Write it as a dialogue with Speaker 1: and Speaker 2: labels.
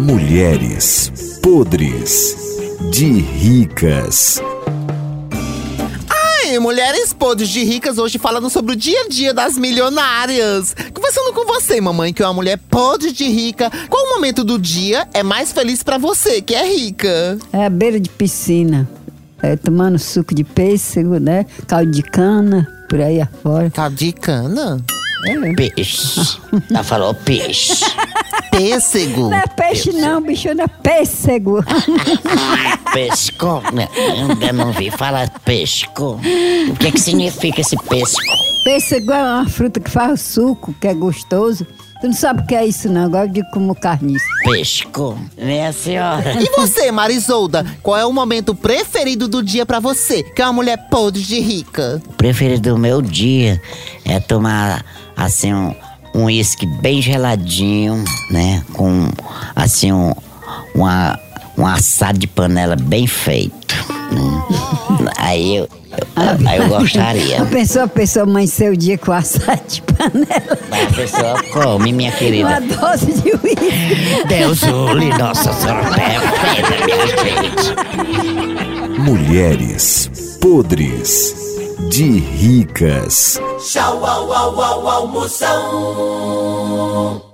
Speaker 1: Mulheres podres de ricas.
Speaker 2: Ai, mulheres podres de ricas hoje falando sobre o dia a dia das milionárias. Conversando com você, mamãe, que é uma mulher podre de rica. Qual o momento do dia é mais feliz pra você, que é rica?
Speaker 3: É à beira de piscina, é, tomando suco de pêssego, né? Caldo de cana, por aí afora.
Speaker 2: Caldo de cana?
Speaker 3: É,
Speaker 4: Peixe. Ela falou peixe.
Speaker 2: Pêssego.
Speaker 3: Não é peixe não, bichona, é pêssego.
Speaker 4: Pesco. né? Eu ainda não vi falar pesco. O que é que significa esse pesco?
Speaker 3: Pêssego é uma fruta que faz suco, que é gostoso. Tu não sabe o que é isso não, agora eu digo como carniça.
Speaker 4: Pesco. Minha senhora.
Speaker 2: E você, Marisolda, qual é o momento preferido do dia pra você, que é uma mulher podre de rica?
Speaker 4: O preferido do meu dia é tomar, assim, um um uísque bem geladinho, né? Com, assim, um, uma, um assado de panela bem feito. né? Aí eu, eu- aí eu gostaria.
Speaker 3: A pessoa, a pessoa mãe seu dia com assado de panela,
Speaker 4: Aí a pessoa come, minha
Speaker 3: uma
Speaker 4: querida.
Speaker 3: dose de uísque.
Speaker 4: Deus olhe, nossa senhora, perfeita, minha gente.
Speaker 1: Mulheres podres de ricas.
Speaker 5: Tchau, au, au, au, almoção.